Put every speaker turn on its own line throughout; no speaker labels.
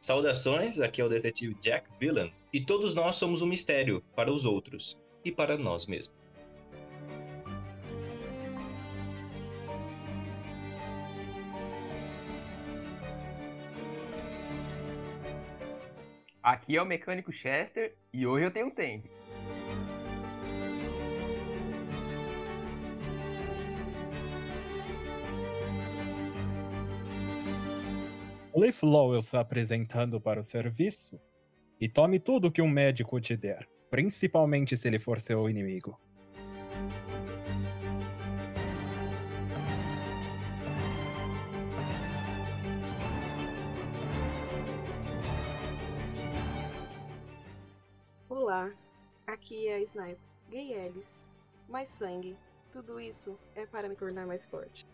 Saudações, aqui é o detetive Jack Villan, e todos nós somos um mistério para os outros e para nós mesmos.
Aqui é o mecânico Chester e hoje eu tenho um tempo.
Cliff Lowell se apresentando para o serviço. E tome tudo que um médico te der, principalmente se ele for seu inimigo.
Olá, aqui é a Sniper. Gay Ellis. Mais sangue. Tudo isso é para me tornar mais forte.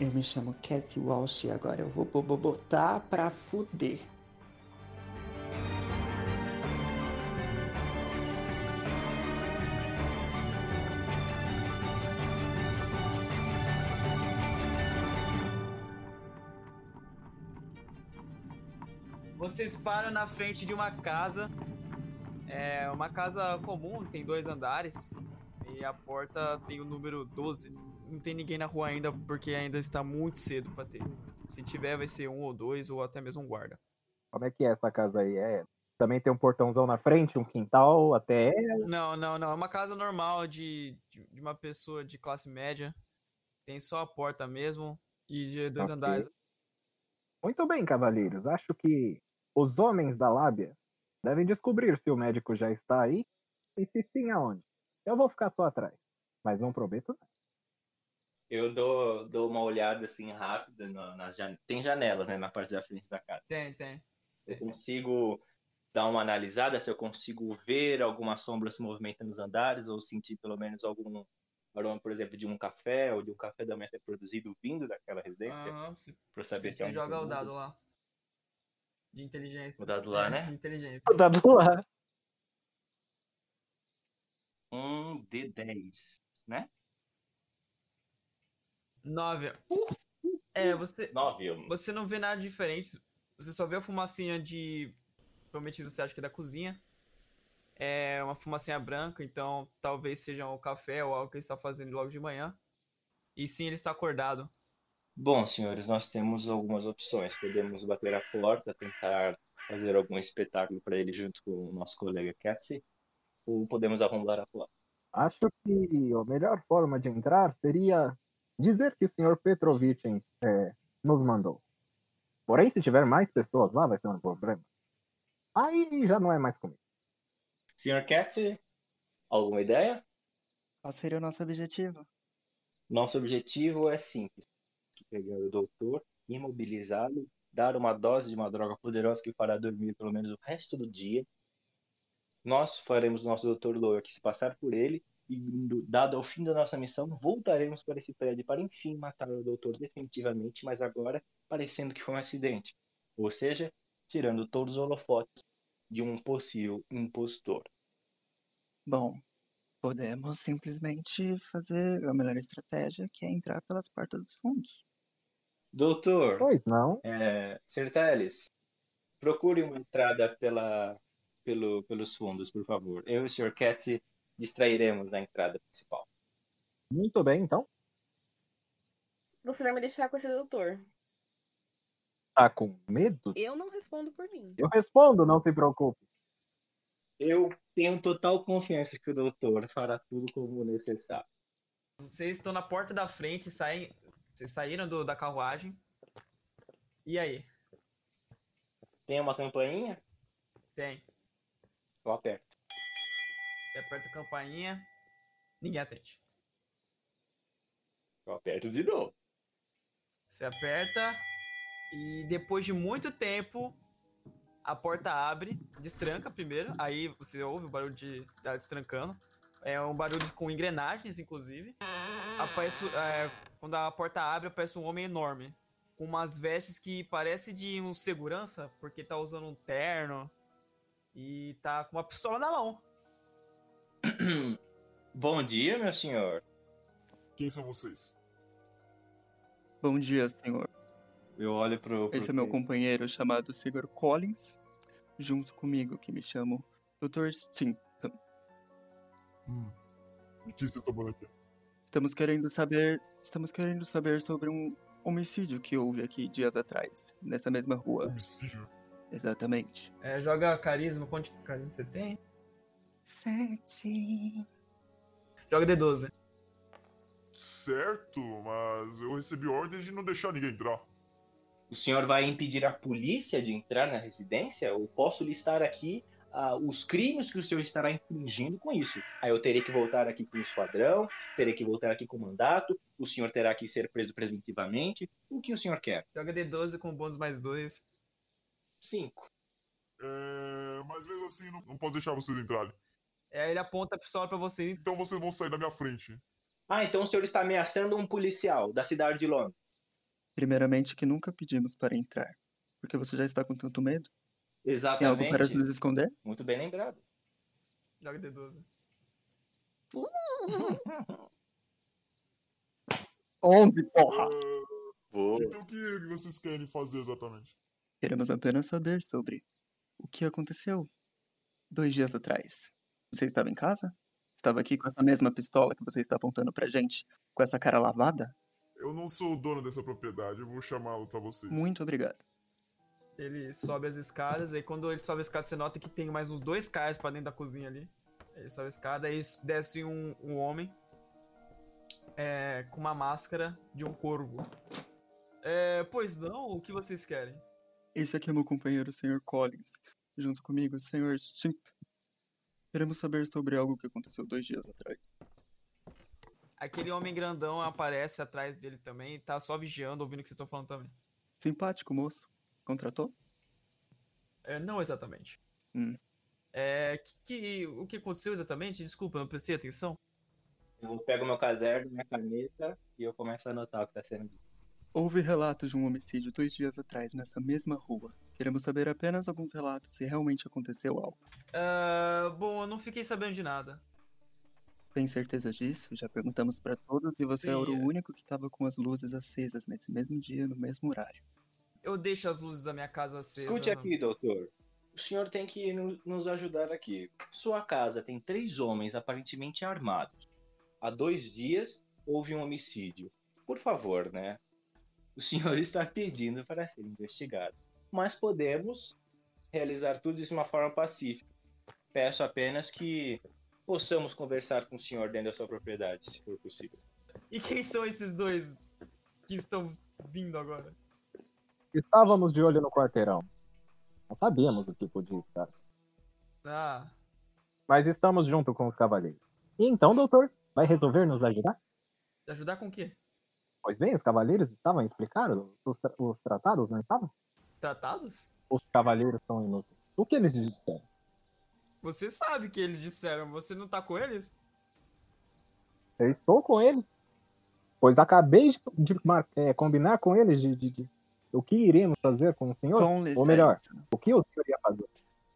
Eu me chamo Cassie Walsh e agora eu vou bo- bo- botar pra fuder.
Vocês param na frente de uma casa. É uma casa comum, tem dois andares. E a porta tem o número 12. Não tem ninguém na rua ainda, porque ainda está muito cedo pra ter. Se tiver, vai ser um ou dois, ou até mesmo um guarda.
Como é que é essa casa aí? É, também tem um portãozão na frente, um quintal até.
Não, não, não. É uma casa normal de, de, de uma pessoa de classe média. Tem só a porta mesmo. E de dois
Ok.
andares.
Muito bem, cavaleiros. Acho que os homens da lábia devem descobrir se o médico já está aí e se sim, aonde. Eu vou ficar só atrás, mas não prometo nada.
Eu dou, dou uma olhada assim rápida na- nas jan- Tem janelas, né, na parte da frente da casa.
Tem, tem.
Eu consigo dar uma analisada se eu consigo ver alguma sombra se movimentando nos andares ou sentir pelo menos algum aroma, por exemplo, de um café ou de um café da manhã ser produzido vindo daquela residência,
Aham, você,
para saber se é
Ah, você
um
joga o
produto.
dado lá. De inteligência. É,
O dado lá, né?
De inteligência.
Dado lá.
Um de 10, né?
Nove. É, você,
9, eu...
você não vê nada diferente. Você só vê a fumacinha de. Provavelmente você acha que é da cozinha. É uma fumacinha branca, então talvez seja o café ou algo que ele está fazendo logo de manhã. E sim, ele está acordado.
Bom, senhores, nós temos algumas opções. Podemos bater a porta, tentar fazer algum espetáculo para ele junto com o nosso colega Katze, ou podemos arrombar a porta.
Acho que a melhor forma de entrar seria dizer que o senhor Petrovich hein, é, nos mandou. Porém, se tiver mais pessoas lá, vai ser um problema. Aí já não é mais comigo.
Senhor Katze, alguma ideia?
Qual seria o nosso objetivo?
Nosso objetivo é simples: que pegar o doutor, imobilizá-lo, dar uma dose de uma droga poderosa que o fará dormir pelo menos o resto do dia. Nós faremos nosso doutor Lower que se passar por ele, e do- dado ao fim da nossa missão, voltaremos para esse prédio para enfim matar o doutor definitivamente, mas agora parecendo que foi um acidente. Ou seja, tirando todos os holofotes de um possível impostor.
Bom, podemos simplesmente fazer a melhor estratégia, que é entrar pelas portas dos fundos.
Doutor,
Pois não.
É, Sr. Teles, procure uma entrada pela, pelo, pelos fundos, por favor. Eu e o Sr. Katz distrairemos na entrada principal.
Muito bem, então.
Você vai me deixar com esse doutor.
Tá com medo?
Eu não respondo por mim.
Eu respondo, não se preocupe.
Eu tenho total confiança que o doutor fará tudo como necessário.
Vocês estão na porta da frente, saem, vocês saíram do- da carruagem. E aí?
Tem uma campainha?
Tem.
Eu aperto.
Você aperta a campainha, ninguém atende.
Eu aperto de novo.
Você aperta e depois de muito tempo a porta abre, destranca primeiro, aí você ouve o barulho de dela destrancando. É um barulho com engrenagens, inclusive. Aparece, é, quando a porta abre, aparece um homem enorme. Com umas vestes que parece de um segurança, porque tá usando um terno. E tá com uma pistola na mão.
Bom dia, meu senhor.
Quem são vocês?
Bom dia, senhor.
Eu olho pro. pro
Esse é meu
Ted.
companheiro chamado Sigurd Collins, junto comigo, que me chamo Dr. Stim.
Hum. E quem vocês estão por aqui?
Estamos querendo saber, estamos querendo saber sobre um homicídio que houve aqui dias atrás, nessa mesma rua.
Homicídio.
Exatamente.
É, joga carisma, quanto de carisma você tem?
Sete.
Joga D12.
Certo, mas eu recebi ordem de não deixar ninguém entrar.
O senhor vai impedir a polícia de entrar na residência? Eu posso listar aqui ah, os crimes que o senhor estará infringindo com isso. Aí eu terei que voltar aqui com o esquadrão, terei que voltar aqui com o mandato, o senhor terá que ser preso presuntivamente. O que o senhor quer?
Joga D12 com bônus mais dois.
Cinco.
É, mas mesmo assim, não, não posso deixar vocês entrarem.
É, ele aponta a pistola pra você.
Então vocês vão sair da minha frente.
Ah, então o senhor está ameaçando um policial da cidade de Londres.
Primeiramente, que nunca pedimos para entrar. Porque você já está com tanto medo? Tem algo para
Exatamente.
nos esconder?
Muito bem lembrado.
Joga D12.
11, porra!
É,
Boa.
então o que vocês querem fazer exatamente?
Queremos apenas saber sobre o que aconteceu dois dias atrás. Você estava em casa? Estava aqui com essa mesma pistola que você está apontando pra gente? Com essa cara lavada?
Eu não sou o dono dessa propriedade, eu vou chamá-lo pra vocês.
Muito obrigado.
Ele sobe as escadas, aí quando ele sobe a escada, você nota que tem mais uns dois caras pra dentro da cozinha ali. Ele sobe a escada, aí desce um, um homem é, com uma máscara de um corvo. É, pois não, o que vocês querem?
Esse aqui é meu companheiro, o Sr. Collins. Junto comigo, o Sr. Stimp. Queremos saber sobre algo que aconteceu dois dias atrás.
Aquele homem grandão aparece atrás dele também, tá só vigiando, ouvindo o que vocês estão falando também.
Simpático, moço. Contratou?
É, não exatamente.
Hum.
É, que, que- o que aconteceu exatamente? Desculpa, eu não prestei atenção.
Eu pego meu caderno, minha caneta e eu começo a anotar o que está sendo dito.
Houve relatos de um homicídio dois dias atrás nessa mesma rua. Queremos saber apenas alguns relatos se realmente aconteceu algo.
Ah, bom, eu não fiquei sabendo de nada.
Tem certeza disso? Já perguntamos pra todos e você era
Sim,
o
é.
único que tava com as luzes acesas nesse mesmo dia, no mesmo horário.
Eu deixo as luzes da minha casa acesas.
Escute
não-
aqui, doutor. O senhor tem que no- nos ajudar aqui. Sua casa tem três homens aparentemente armados. Há dois dias houve um homicídio. Por favor, né? O senhor está pedindo para ser investigado. Mas podemos realizar tudo isso de uma forma pacífica. Peço apenas que possamos conversar com o senhor dentro da sua propriedade, se for possível.
E quem são esses dois que estão vindo agora?
Estávamos de olho no quarteirão. Não sabíamos o que podia estar.
Ah,
Mas estamos junto com os cavaleiros. E então, doutor, vai resolver nos ajudar?
ajudar com o quê?
Pois bem, os cavaleiros estavam a explicar os, tra- os tratados, não estavam?
Tratados?
Os cavaleiros são inúteis. O que eles disseram?
Você sabe o que eles disseram, você não tá com eles?
Eu estou com eles. Pois acabei de, de mar- é, combinar com eles de, de- de- o que iremos fazer com o senhor.
Com licença.
melhor. O que o senhor ia fazer?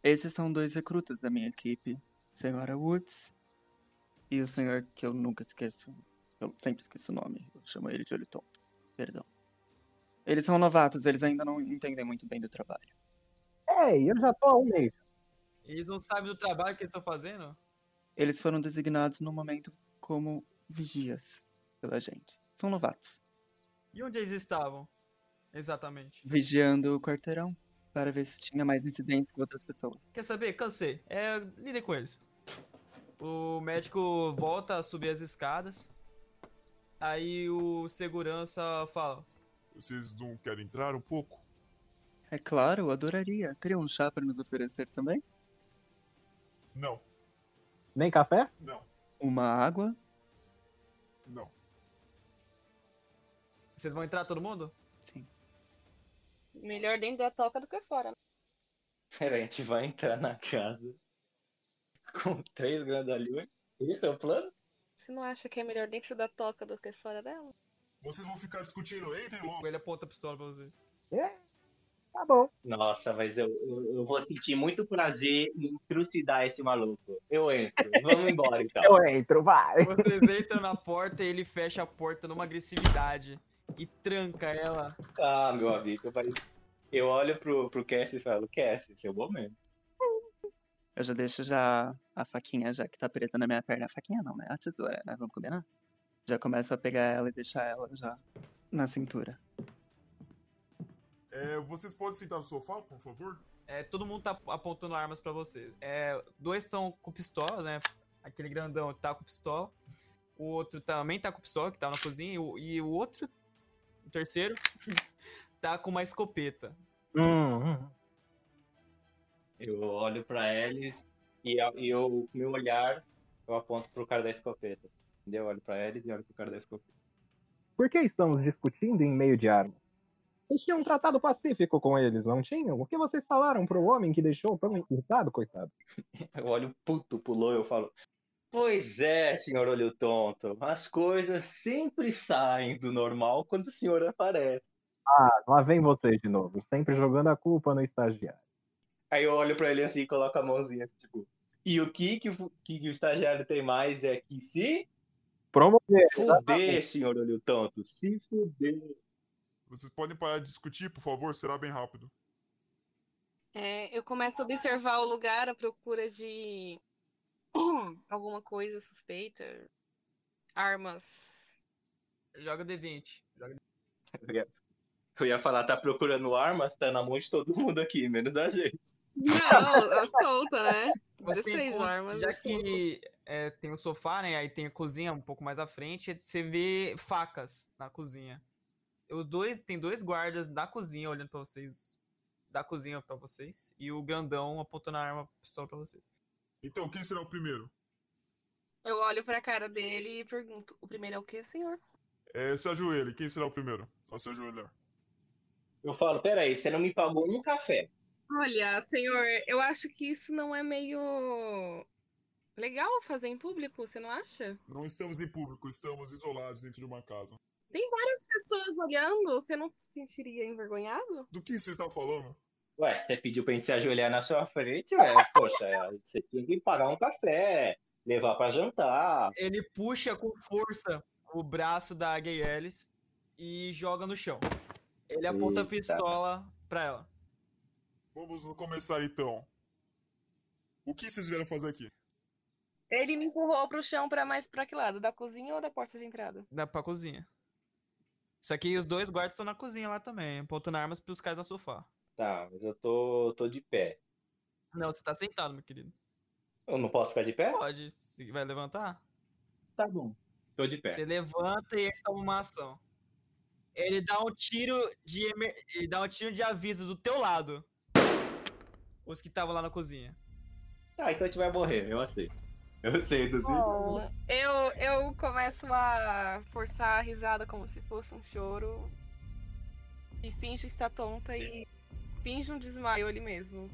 Esses são dois recrutas da minha equipe. Senhora Woods e o senhor que eu nunca esqueço. Eu sempre esqueço o nome. Eu chamo ele de olho tonto. Perdão. Eles são novatos, eles ainda não entendem muito bem do trabalho.
Ei, eu já tô há um mês.
Eles não sabem do trabalho que eles estão fazendo?
Eles foram designados no momento como vigias pela gente. São novatos.
E onde eles estavam? Exatamente.
Vigiando o quarteirão para ver se tinha mais incidentes com outras pessoas.
Quer saber? Cansei. É, lidem com eles. O médico volta a subir as escadas. Aí o segurança fala:
Vocês não querem entrar um pouco?
É claro, eu adoraria. Teria um chá para nos oferecer também?
Não,
Nem café?
não,
Uma água?
não.
Vocês vão entrar todo mundo?
Sim.
Melhor dentro da toca do que fora. né?
Pera, a gente vai entrar na casa com três grandalhões? Esse é o plano?
Você não acha que é melhor dentro da toca do que fora dela?
Vocês vão ficar discutindo, entrem logo.
Ele aponta a pistola pra você.
Tá bom.
Nossa, mas eu, eu, eu vou sentir muito prazer em trucidar esse maluco. Eu entro. Vamos embora então.
Eu entro, vai.
Vocês entram na porta e ele fecha a porta numa agressividade e tranca ela.
Ah, meu amigo, eu, falei- eu olho pro, pro Cassie e falo, Cassie, seu momento.
Eu já deixo já a faquinha já que tá presa na minha perna. A faquinha não, né? A tesoura, né? Vamos combinar? Já começo a pegar ela e deixar ela já na cintura.
É, vocês podem sentar no sofá, por favor?
É, todo mundo tá apontando armas pra vocês. É, dois são com pistola, né? Aquele grandão que tá com pistola. O outro também tá com pistola, que tá na cozinha. E o, e o outro, o terceiro, tá com uma escopeta.
Hum, hum.
Eu olho pra eles e, a- e eu, com meu olhar, eu aponto pro cara da escopeta. Entendeu? Eu olho pra eles e olho pro cara da escopeta.
Por que estamos discutindo em meio de armas? Vocês tinham um tratado pacífico com eles, não tinham? O que vocês falaram pro homem que deixou tão irritado, coitado?
Eu olho puto, pulou, eu falo. Pois é, senhor olho tonto. As coisas sempre saem do normal quando o senhor aparece.
Ah, lá vem vocês de novo, sempre jogando a culpa no estagiário.
Aí eu olho pra ele assim e coloco a mãozinha assim, tipo. E o que que, o- que que o estagiário tem mais é que se
Promover,
fuder, senhor olho tonto. Se fuder.
Vocês podem parar de discutir, por favor? Será bem rápido.
É, eu começo a observar o lugar à procura de hum, alguma coisa suspeita. Armas.
Joga D20. Joga
Eu ia falar, tá procurando armas, tá na mão de todo mundo aqui, menos da gente.
Ah, Não, ela solta, né?
Você
16
encon-
armas.
Já
eu solto.
que é, tem o sofá, né? Aí tem a cozinha um pouco mais à frente. Você vê facas na cozinha. Os dois, tem dois guardas na cozinha olhando pra vocês. Da cozinha pra vocês. E o grandão apontando a arma, pistola pra vocês.
Então, quem será o primeiro?
Eu olho pra cara dele e pergunto: o primeiro é o quê, senhor?
É, se ajoelhe. Quem será o primeiro? Ao se ajoelhar.
Eu falo, peraí, você não me pagou um café.
Olha, senhor, eu acho que isso não é meio legal fazer em público, você não acha?
Não estamos em público, estamos isolados dentro de uma casa.
Tem várias pessoas olhando, você não se sentiria envergonhado?
Do que você está falando?
Ué, você pediu pra gente se ajoelhar na sua frente, ué. Poxa, é, você tinha que pagar um café, levar pra jantar.
Ele puxa com força o braço da Gay Ellis e joga no chão. Ele aponta a
Eita.
pistola pra ela.
Vamos começar então. O que vocês vieram fazer aqui?
Ele me empurrou pro chão pra mais pra que lado? Da cozinha ou da porta de entrada?
Dá pra cozinha. Só que os dois guardas estão na cozinha lá também, apontando armas pros caras do sofá.
Tá, mas eu tô, tô de pé.
Não, você tá sentado, meu querido.
Eu não posso ficar de pé?
Pode, se vai levantar.
Tá bom. Tô de pé.
Você levanta e eles tomam uma ação. Ele dá um tiro de emer- ele dá um tiro de aviso do teu lado. Os que estavam lá na cozinha.
Tá, então a gente vai morrer, eu aceito. Eu sei dos
Eu, eu começo a forçar a risada como se fosse um choro. E finjo estar tonta e finjo um desmaio ali mesmo.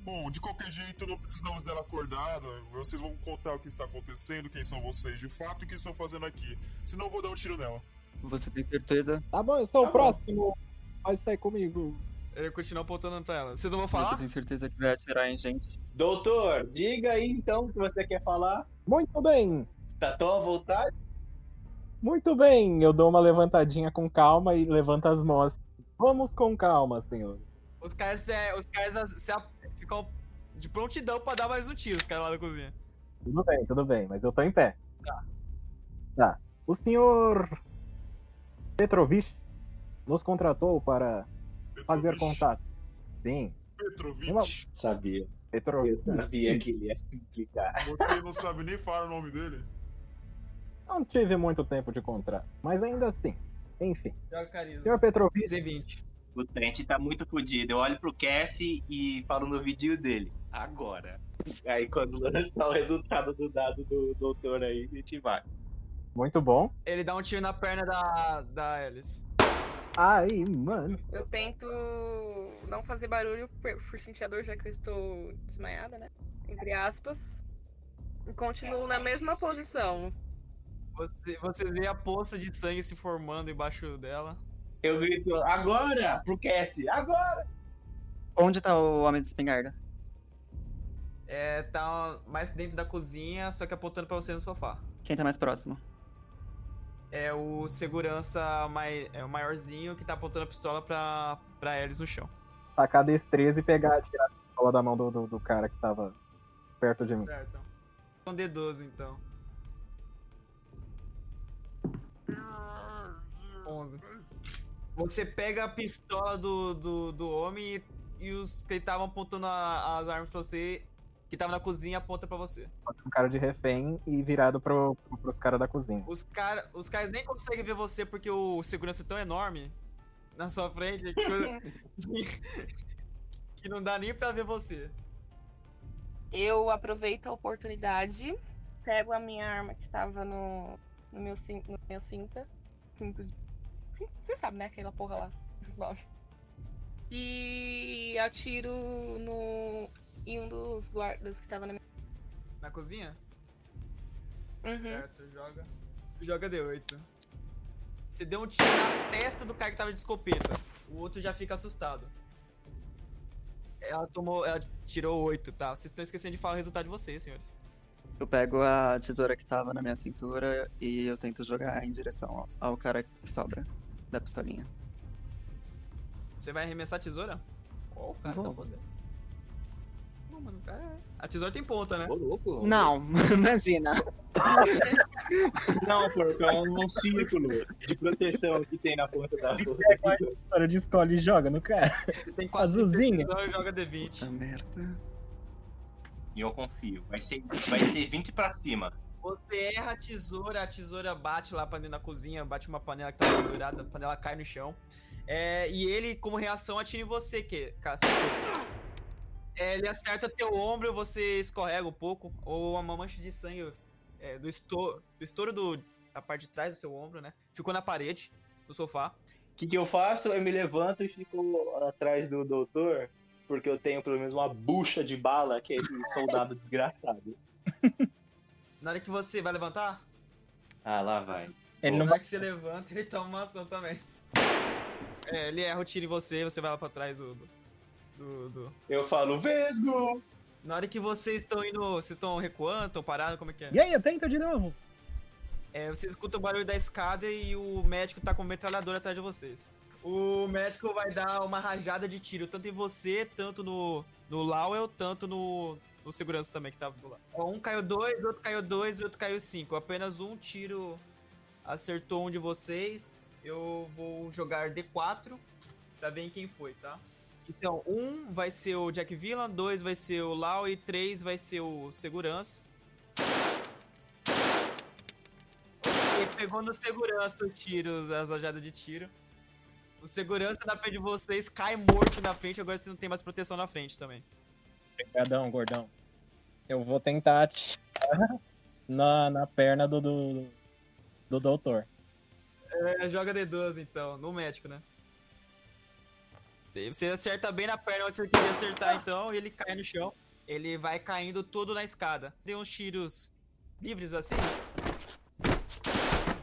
Bom, de qualquer jeito, não precisamos dela acordada. Vocês vão contar o que está acontecendo, quem são vocês de fato e o que estão fazendo aqui. Senão eu vou dar um tiro nela.
Você tem certeza?
Tá bom, eu sou
Tá bom.
o próximo. Vai sair comigo.
Ele continua apontando pra ela. Vocês não vão
Você
falar?
tem certeza que vai atirar em gente?
Doutor, diga aí então o que você quer falar.
Muito bem,
Tá tão à vontade?
muito bem. Eu dou uma levantadinha com calma e levanto as mãos. Vamos com calma, senhor.
Os caras, é, os caras as- se, a- ficam de prontidão pra dar mais um tiro, os caras lá da cozinha.
Tudo bem, tudo bem, mas eu tô em pé. Tá. O senhor Petrovich nos contratou para fazer
Petrovich.
contato. Sim,
Petrovich.
Sabia.
Petrovich.
Eu sabia que ele ia se implicar.
Você não sabe nem falar o nome dele?
Não tive muito tempo de contrato, mas ainda assim. Enfim,
Joga carisma.
senhor Petrovich,
220.
O Trent tá muito fodido. Eu olho pro Cassie e falo no vídeo dele. Agora. Aí quando lançar o resultado do dado do doutor aí, a gente vai.
muito bom.
Ele dá um tiro na perna da, da Alice.
Aí, mano.
Eu tento não fazer barulho por, por sentir a dor, já que eu estou desmaiada, né? Entre aspas. E continuo na mesma posição.
Você, vocês veem a poça de sangue se formando embaixo dela.
Eu grito, agora! Pro Cassie, agora!
Onde tá o homem de espingarda?
é, tá mais dentro da cozinha, só que apontando pra você no sofá.
Quem tá mais próximo?
É o segurança mai, é o maiorzinho que tá apontando a pistola pra, pra Alice no chão.
Tacar destreza e pegar, tirar a pistola da mão do, do, do cara que tava perto de mim.
Certo. Um D12, então. 11. Você pega a pistola do, do, do homem e, e os que estavam apontando a- as armas pra você, que estavam na cozinha, aponta pra você.
Bota um cara de refém e virado pro, pro, pros caras da cozinha.
Os, cara, os caras nem conseguem ver você porque o segurança é tão enorme na sua frente que, que não dá nem pra ver você.
Eu aproveito a oportunidade, pego a minha arma que estava no, no meu cin- no minha cinta. Cinto de. cin- Você sabe, né? Aquela porra lá. esse nome. E atiro no. em um dos guardas que estava na minha.
Na cozinha?
Uhum.
Certo, joga. Joga D8. Você deu um tiro na testa do cara que tava de escopeta. O outro já fica assustado. Ela tomou. Ela tirou 8, tá? Vocês estão esquecendo de falar o resultado de vocês, senhores.
Eu pego a tesoura que tava na minha cintura e eu tento jogar em direção ao- ao cara que sobra da pistolinha.
Você vai arremessar a tesoura? Ó, o cara tá
Vou.
podendo. Não, mano, o cara é. A tesoura tem ponta, né?
Ô, louco.
Não, imagina.
Não, porco, é um círculo de proteção que tem na ponta da rua.
Cara de escola e joga no cara.
Tem 4
Azulzinha.
tesoura joga
Puta
D20.
merda.
E eu confio. Vai ser, vai ser 20 pra cima.
Você erra a tesoura, a tesoura bate lá pra dentro da cozinha, bate uma panela que tá pendurada, a panela cai no chão. É, e ele, como reação, atira em você, que cacete. É, ele acerta teu ombro, você escorrega um pouco, ou uma mancha de sangue é, do estouro, do estouro do, da parte de trás do seu ombro, né? Ficou na parede, no sofá.
O que, que eu faço? Eu me levanto e fico atrás do doutor, porque eu tenho pelo menos uma bucha de bala, que é esse soldado desgraçado.
Na hora que você vai levantar,
Ah, lá vai.
Ele não
na hora
vai.
que você levanta, ele toma uma ação também. É, ele erra o tiro em você, você vai lá pra trás do- do- do, do,
Eu falo, Vesgo!
Na hora que vocês estão indo, vocês estão recuando, estão parados, como é que é?
E aí, eu tento de novo.
É, Vocês escutam o barulho da escada e o médico tá com uma metralhadora atrás de vocês. O médico vai dar uma rajada de tiro, tanto em você, tanto no, no Lowell, tanto no, no segurança também que tava do lado. Ó, Um caiu dois, outro caiu dois, outro caiu cinco. Apenas um tiro acertou um de vocês. Eu vou jogar D4 pra ver em quem foi, tá? Então, um vai ser o Jack Villan, dois vai ser o Lau e três vai ser o Segurança. Ele pegou no segurança os tiros, as rajadas de tiro. O segurança na frente de vocês cai morto na frente, agora você não tem mais proteção na frente também.
Obrigadão, gordão. Eu vou tentar atirar na, na perna do, do, do doutor.
É, joga D12 então, no médico, né? Daí Você acerta bem na perna onde você queria acertar então, e ele cai no chão. Ele vai caindo todo na escada. Deu uns tiros livres assim?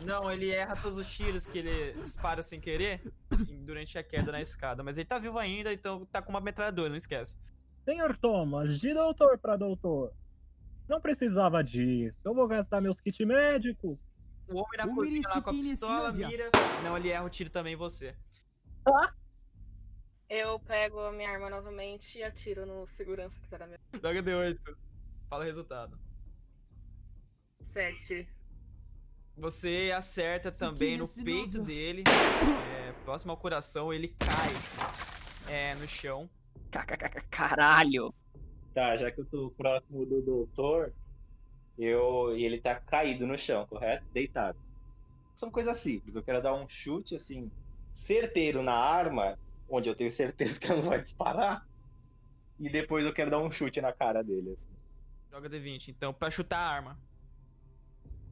Não, ele erra todos os tiros que ele dispara sem querer durante a queda na escada. Mas ele tá vivo ainda, então tá com uma metralhadora, não esquece.
Senhor Thomas, de doutor pra doutor. Não precisava disso. Eu vou gastar meus kits médicos.
O homem na cozinha lá com a pistola, mira. Não, ele erra o tiro também em você.
Eu pego a minha arma novamente e atiro no segurança que tá na minha.
Joga D8. Fala o resultado.
Sete.
Você acerta também no peito dele. É, próximo ao coração, ele cai é, no chão.
Kkk, Caralho.
Tá, já que eu tô próximo do doutor, eu e ele tá caído no chão, correto? Deitado. São coisas simples. Eu quero dar um chute assim, certeiro na arma, onde eu tenho certeza que ela não vai disparar. E depois eu quero dar um chute na cara dele. Assim.
Joga D20, então, pra chutar a arma.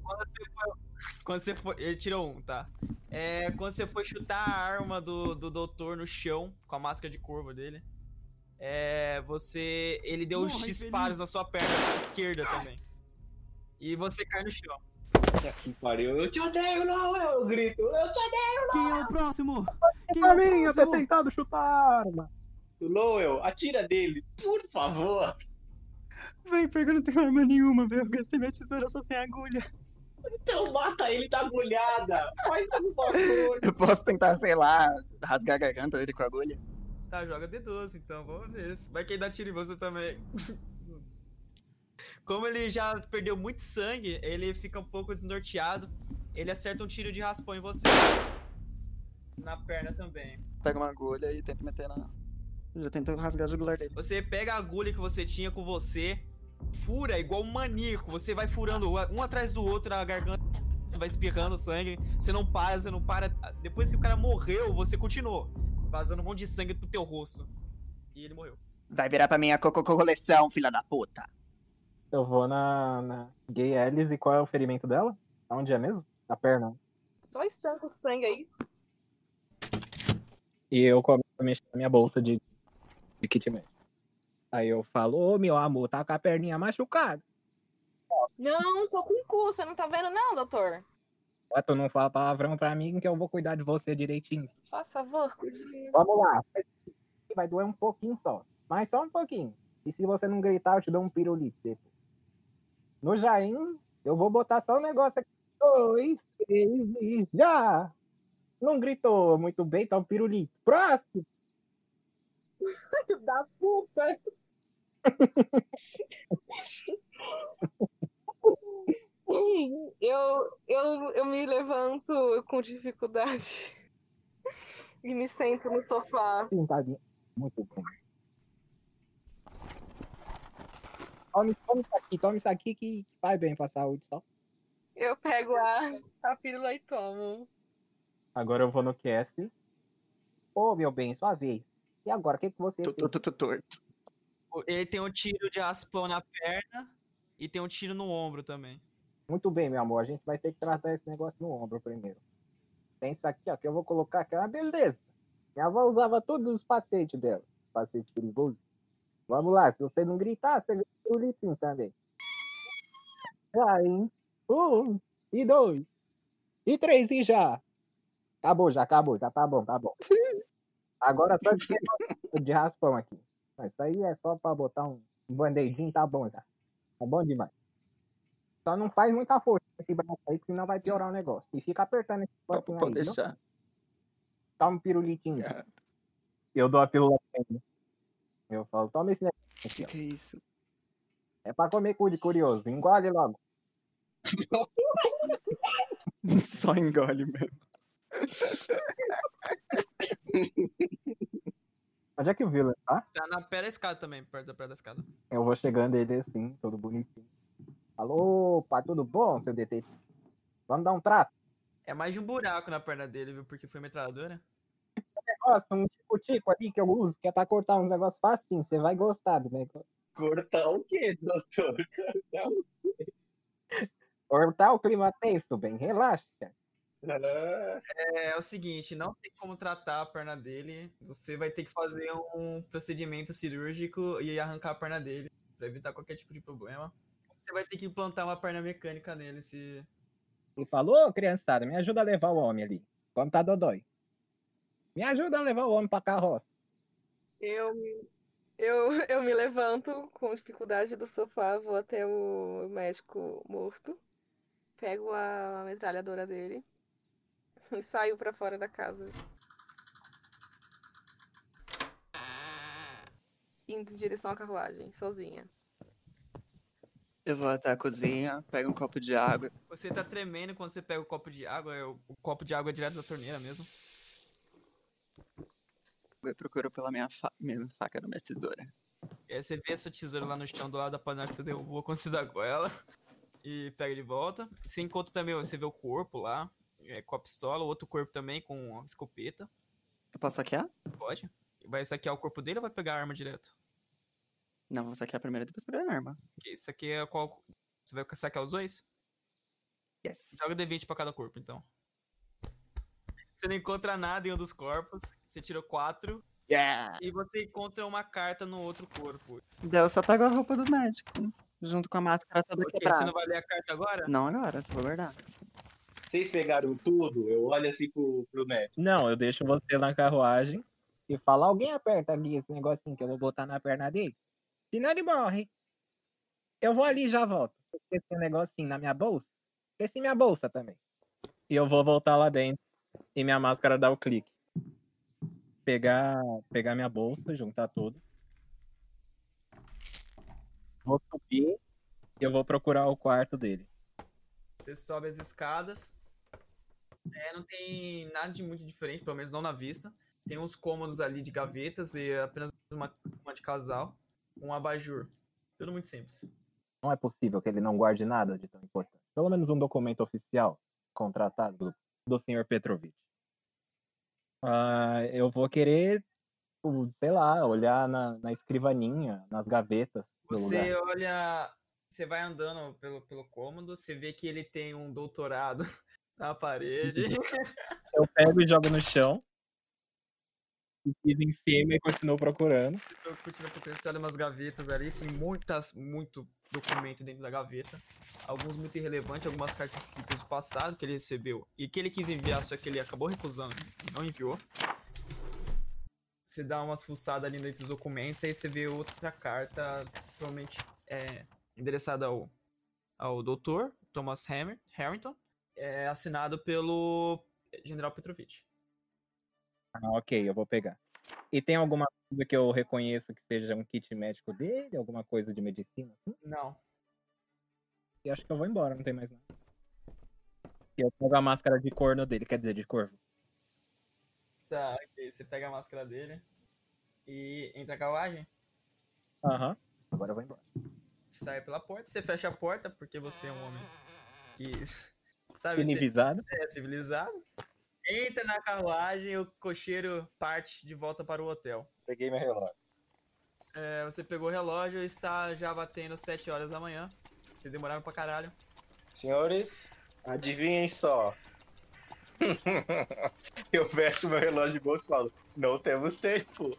Quando você for. Quando você for ele tirou um, tá? É, quando você for chutar a arma do, do doutor no chão, com a máscara de corvo dele, é, você. Ele deu uns disparos na sua perna esquerda também. E você cai no chão.
Que pariu. Eu te odeio, não! Eu grito. Eu te
Quem é o próximo? Quem é
Pra
o
mim, eu ter
próximo?
tentado chutar a arma.
odeio, Lowell. Atira dele, por favor.
Véi, pior que eu não tenho arma nenhuma, velho. Eu gastei minha tesoura só tem agulha.
Então mata ele da agulhada. Faz
um
alguma coisa.
Eu posso tentar, sei lá, rasgar a garganta dele com a agulha.
Tá, joga D12 então, vamos ver. se- Vai que ele dá tiro em você também. Como ele já perdeu muito sangue, ele fica um pouco desnorteado. Ele acerta um tiro de raspão em você. Na perna também.
Pega uma agulha e tento meter na. Eu já tento rasgar a jugular dele.
Você pega a agulha que você tinha com você, fura igual um maníaco. Você vai furando um atrás do outro a garganta, vai espirrando sangue. Você não para, você não para. Depois que o cara morreu, você continuou. Vazando um monte de sangue pro teu rosto. E ele morreu.
Vai virar pra minha co- co- coleção, filha da puta.
Eu vou na, na Gay Alice e qual é o ferimento dela? Aonde é mesmo? Na perna.
Só estanca o sangue aí.
E eu começo a mexer na minha bolsa de, de kit médico. Aí eu falo, ô meu amor, tá com a perninha machucada.
Não, tô com cu, você não tá vendo, não, doutor?
Mas tu não fala palavrão pra mim que eu vou cuidar de você direitinho.
Faz favor.
Vamos lá. faz isso aqui, Vai doer um pouquinho só. Mas só um pouquinho. E se você não gritar, eu te dou um pirulito depois. No Jaim, eu vou botar só um negócio aqui. Dois, três e já! Não gritou muito bem, tá um pirulito. Próximo!
da puta! eu, eu, eu me levanto com dificuldade e me sento no sofá.
Sentadinho. tá Muito bem. Tome, tome isso aqui, tome isso aqui que vai bem pra saúde, tá? só.
Eu pego a, a pílula e tomo.
Agora eu vou no QS. Ô, meu bem, sua vez. E agora, o que, que você
Tô, tô, tô torto.
Ele tem um tiro de raspão na perna e tem um tiro no ombro também.
Muito bem, meu amor. A gente vai ter que tratar esse negócio no ombro primeiro. Tem isso aqui, ó, que eu vou colocar aqui. Ah, beleza. Minha avó usava todos os pacientes dela. Paciente perigoso. Vamos lá, se você não gritar, você grita o litinho também. Já, hein? Um, e dois, e três, e já. Acabou, já acabou, já tá bom, tá bom. Agora só de, de raspão aqui. Mas Isso aí é só pra botar um band-aidinho, tá bom já. Tá bom demais. Só não faz muita força esse braço aí, que senão vai piorar o negócio. E fica apertando esse negocinho aí.
Tá
né?
Pode
viu?
deixar.
Toma um pirulitinho. Eu dou a pílula pra ele. Eu falo, toma esse negócio.
O que, que é isso?
É pra comer cu de curioso. Engole logo.
Só engole mesmo.
Onde é que o Vila tá?
Tá na pé da escada também, perto da perto da escada.
Eu vou chegando ele assim, todo bonitinho. Alô, pá, tudo bom, seu detetive? Vamos dar um trato?
É mais de um buraco na perna dele, viu? Porque foi metralhadora.
Negócio, um tico-tico ali que eu uso, que é pra cortar uns negócios facinho. Você vai gostar do negócio.
Cortar o quê, doutor? Cortar o
Cortar o clima tenso, bem, relaxa.
Ah.
É, é o seguinte, não tem como tratar a perna dele. Você vai ter que fazer um procedimento cirúrgico e arrancar a perna dele pra evitar qualquer tipo de problema. Você vai ter que implantar uma perna mecânica nele se
E falou, ô criançada, me ajuda a levar o homem ali. Quando tá dodói. Me ajuda a levar o homem pra carroça.
Eu, me- eu, eu me levanto com dificuldade do sofá, vou até o médico morto, pego a metralhadora dele e saio pra fora da casa. Indo em direção à carruagem, sozinha.
Eu vou até a cozinha, pego um copo de água.
Você tá tremendo quando você pega o copo de água, é o o copo de água é direto da torneira mesmo.
Eu procuro pela minha, fa minha faca, não, minha tesoura.
E aí É, você vê essa tesoura lá no chão do lado da panela que você derrubou quando você dá com ela. E pega de volta. Você encontra também, você vê o corpo lá, é, com a pistola, o outro corpo também com a escopeta.
Eu posso saquear?
Pode. Vai saquear o corpo dele ou vai pegar a arma direto?
Não, vou saquear primeiro, depois pegar a arma.
Porque Isso aqui é qual. Você vai saquear os dois?
Yes.
Joga D20 pra cada corpo, então. Você não encontra nada em um dos corpos. Você tirou quatro.
Yeah!
E você encontra uma carta no outro corpo.
Daí Então, eu só pego a roupa do médico, junto com a máscara toda
Ok,
quebrada.
você não vai ler a carta agora?
Não agora, só vou guardar.
Vocês pegaram tudo? Eu olho assim pro, pro médico.
Não, eu deixo você na carruagem e falo, alguém aperta aqui esse negocinho que eu vou botar na perna dele. Senão ele morre. Eu vou ali e já volto. Eu Esqueci um negocinho na minha bolsa. Esqueci minha bolsa também. E eu vou voltar lá dentro. E minha máscara dá o clique. Pegar, pegar minha bolsa, juntar tudo. Vou subir e eu vou procurar o quarto dele.
Você sobe as escadas. É, não tem nada de muito diferente, pelo menos não na vista. Tem uns cômodos ali de gavetas e apenas uma, uma de casal, um abajur. Tudo muito simples.
Não é possível que ele não guarde nada de tão importante. Pelo menos um documento oficial contratado do, do senhor Petrovich. Ah, eu vou querer, o- sei lá, olhar na, na escrivaninha, nas gavetas do
Você
lugar.
olha, você vai andando pelo, pelo cômodo, você vê que ele tem um doutorado na parede.
Eu pego e jogo no chão. E piso em cima e continuo procurando.
Eu continuo procurando, você olha umas gavetas ali, tem muitas, muito documento dentro da gaveta. Alguns muito irrelevantes, algumas cartas escritas do passado que ele recebeu e que ele quis enviar, só que ele acabou recusando e não enviou. Você dá umas fuçadas ali dentro dos documentos, aí você vê outra carta, provavelmente é, endereçada ao, ao doutor Thomas Hammer, Harrington, é, assinado pelo General Petrovich.
Ah, ok, eu vou pegar. E tem alguma coisa que eu reconheço que seja um kit médico dele? Alguma coisa de medicina? assim?
Não.
E acho que eu vou embora, não tem mais nada. E eu pego a máscara de corno dele, quer dizer, de corvo.
Tá, ok. Você pega a máscara dele e entra a carruagem.
Aham. Agora eu vou embora.
sai pela porta, você fecha a porta, porque você é um homem que. Sabe? tem-
Civilizado.
É, civilizado. Entra na carruagem, o cocheiro parte de volta para o hotel.
Peguei meu relógio.
É, você pegou o relógio, está já batendo 7 horas da manhã. Vocês demoraram pra caralho.
Senhores, adivinhem só. Eu fecho meu relógio de bolso e falo, não temos tempo.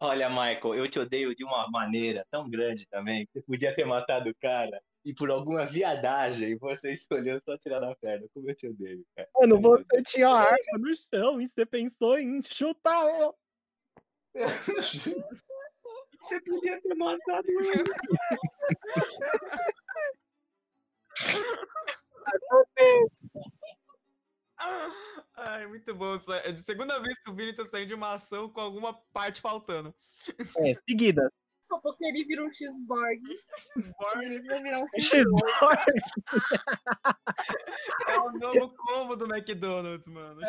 Olha, Michael, eu te odeio de uma maneira tão grande também. que Você podia ter matado o cara e por alguma viadagem você escolheu só tirar da perna. Como eu te odeio, cara.
Mano, você tinha a arma no chão e você pensou em chutar ela.
Você podia ter matado ele.
Ah, Ai, muito bom. Sa- É de segunda vez que o Vini tá saindo de uma ação com alguma parte faltando.
É, seguida.
Daqui a pouco ele vira um X-Borg. Ele vai virar um
X-Borg.
É o novo combo do McDonald's, mano.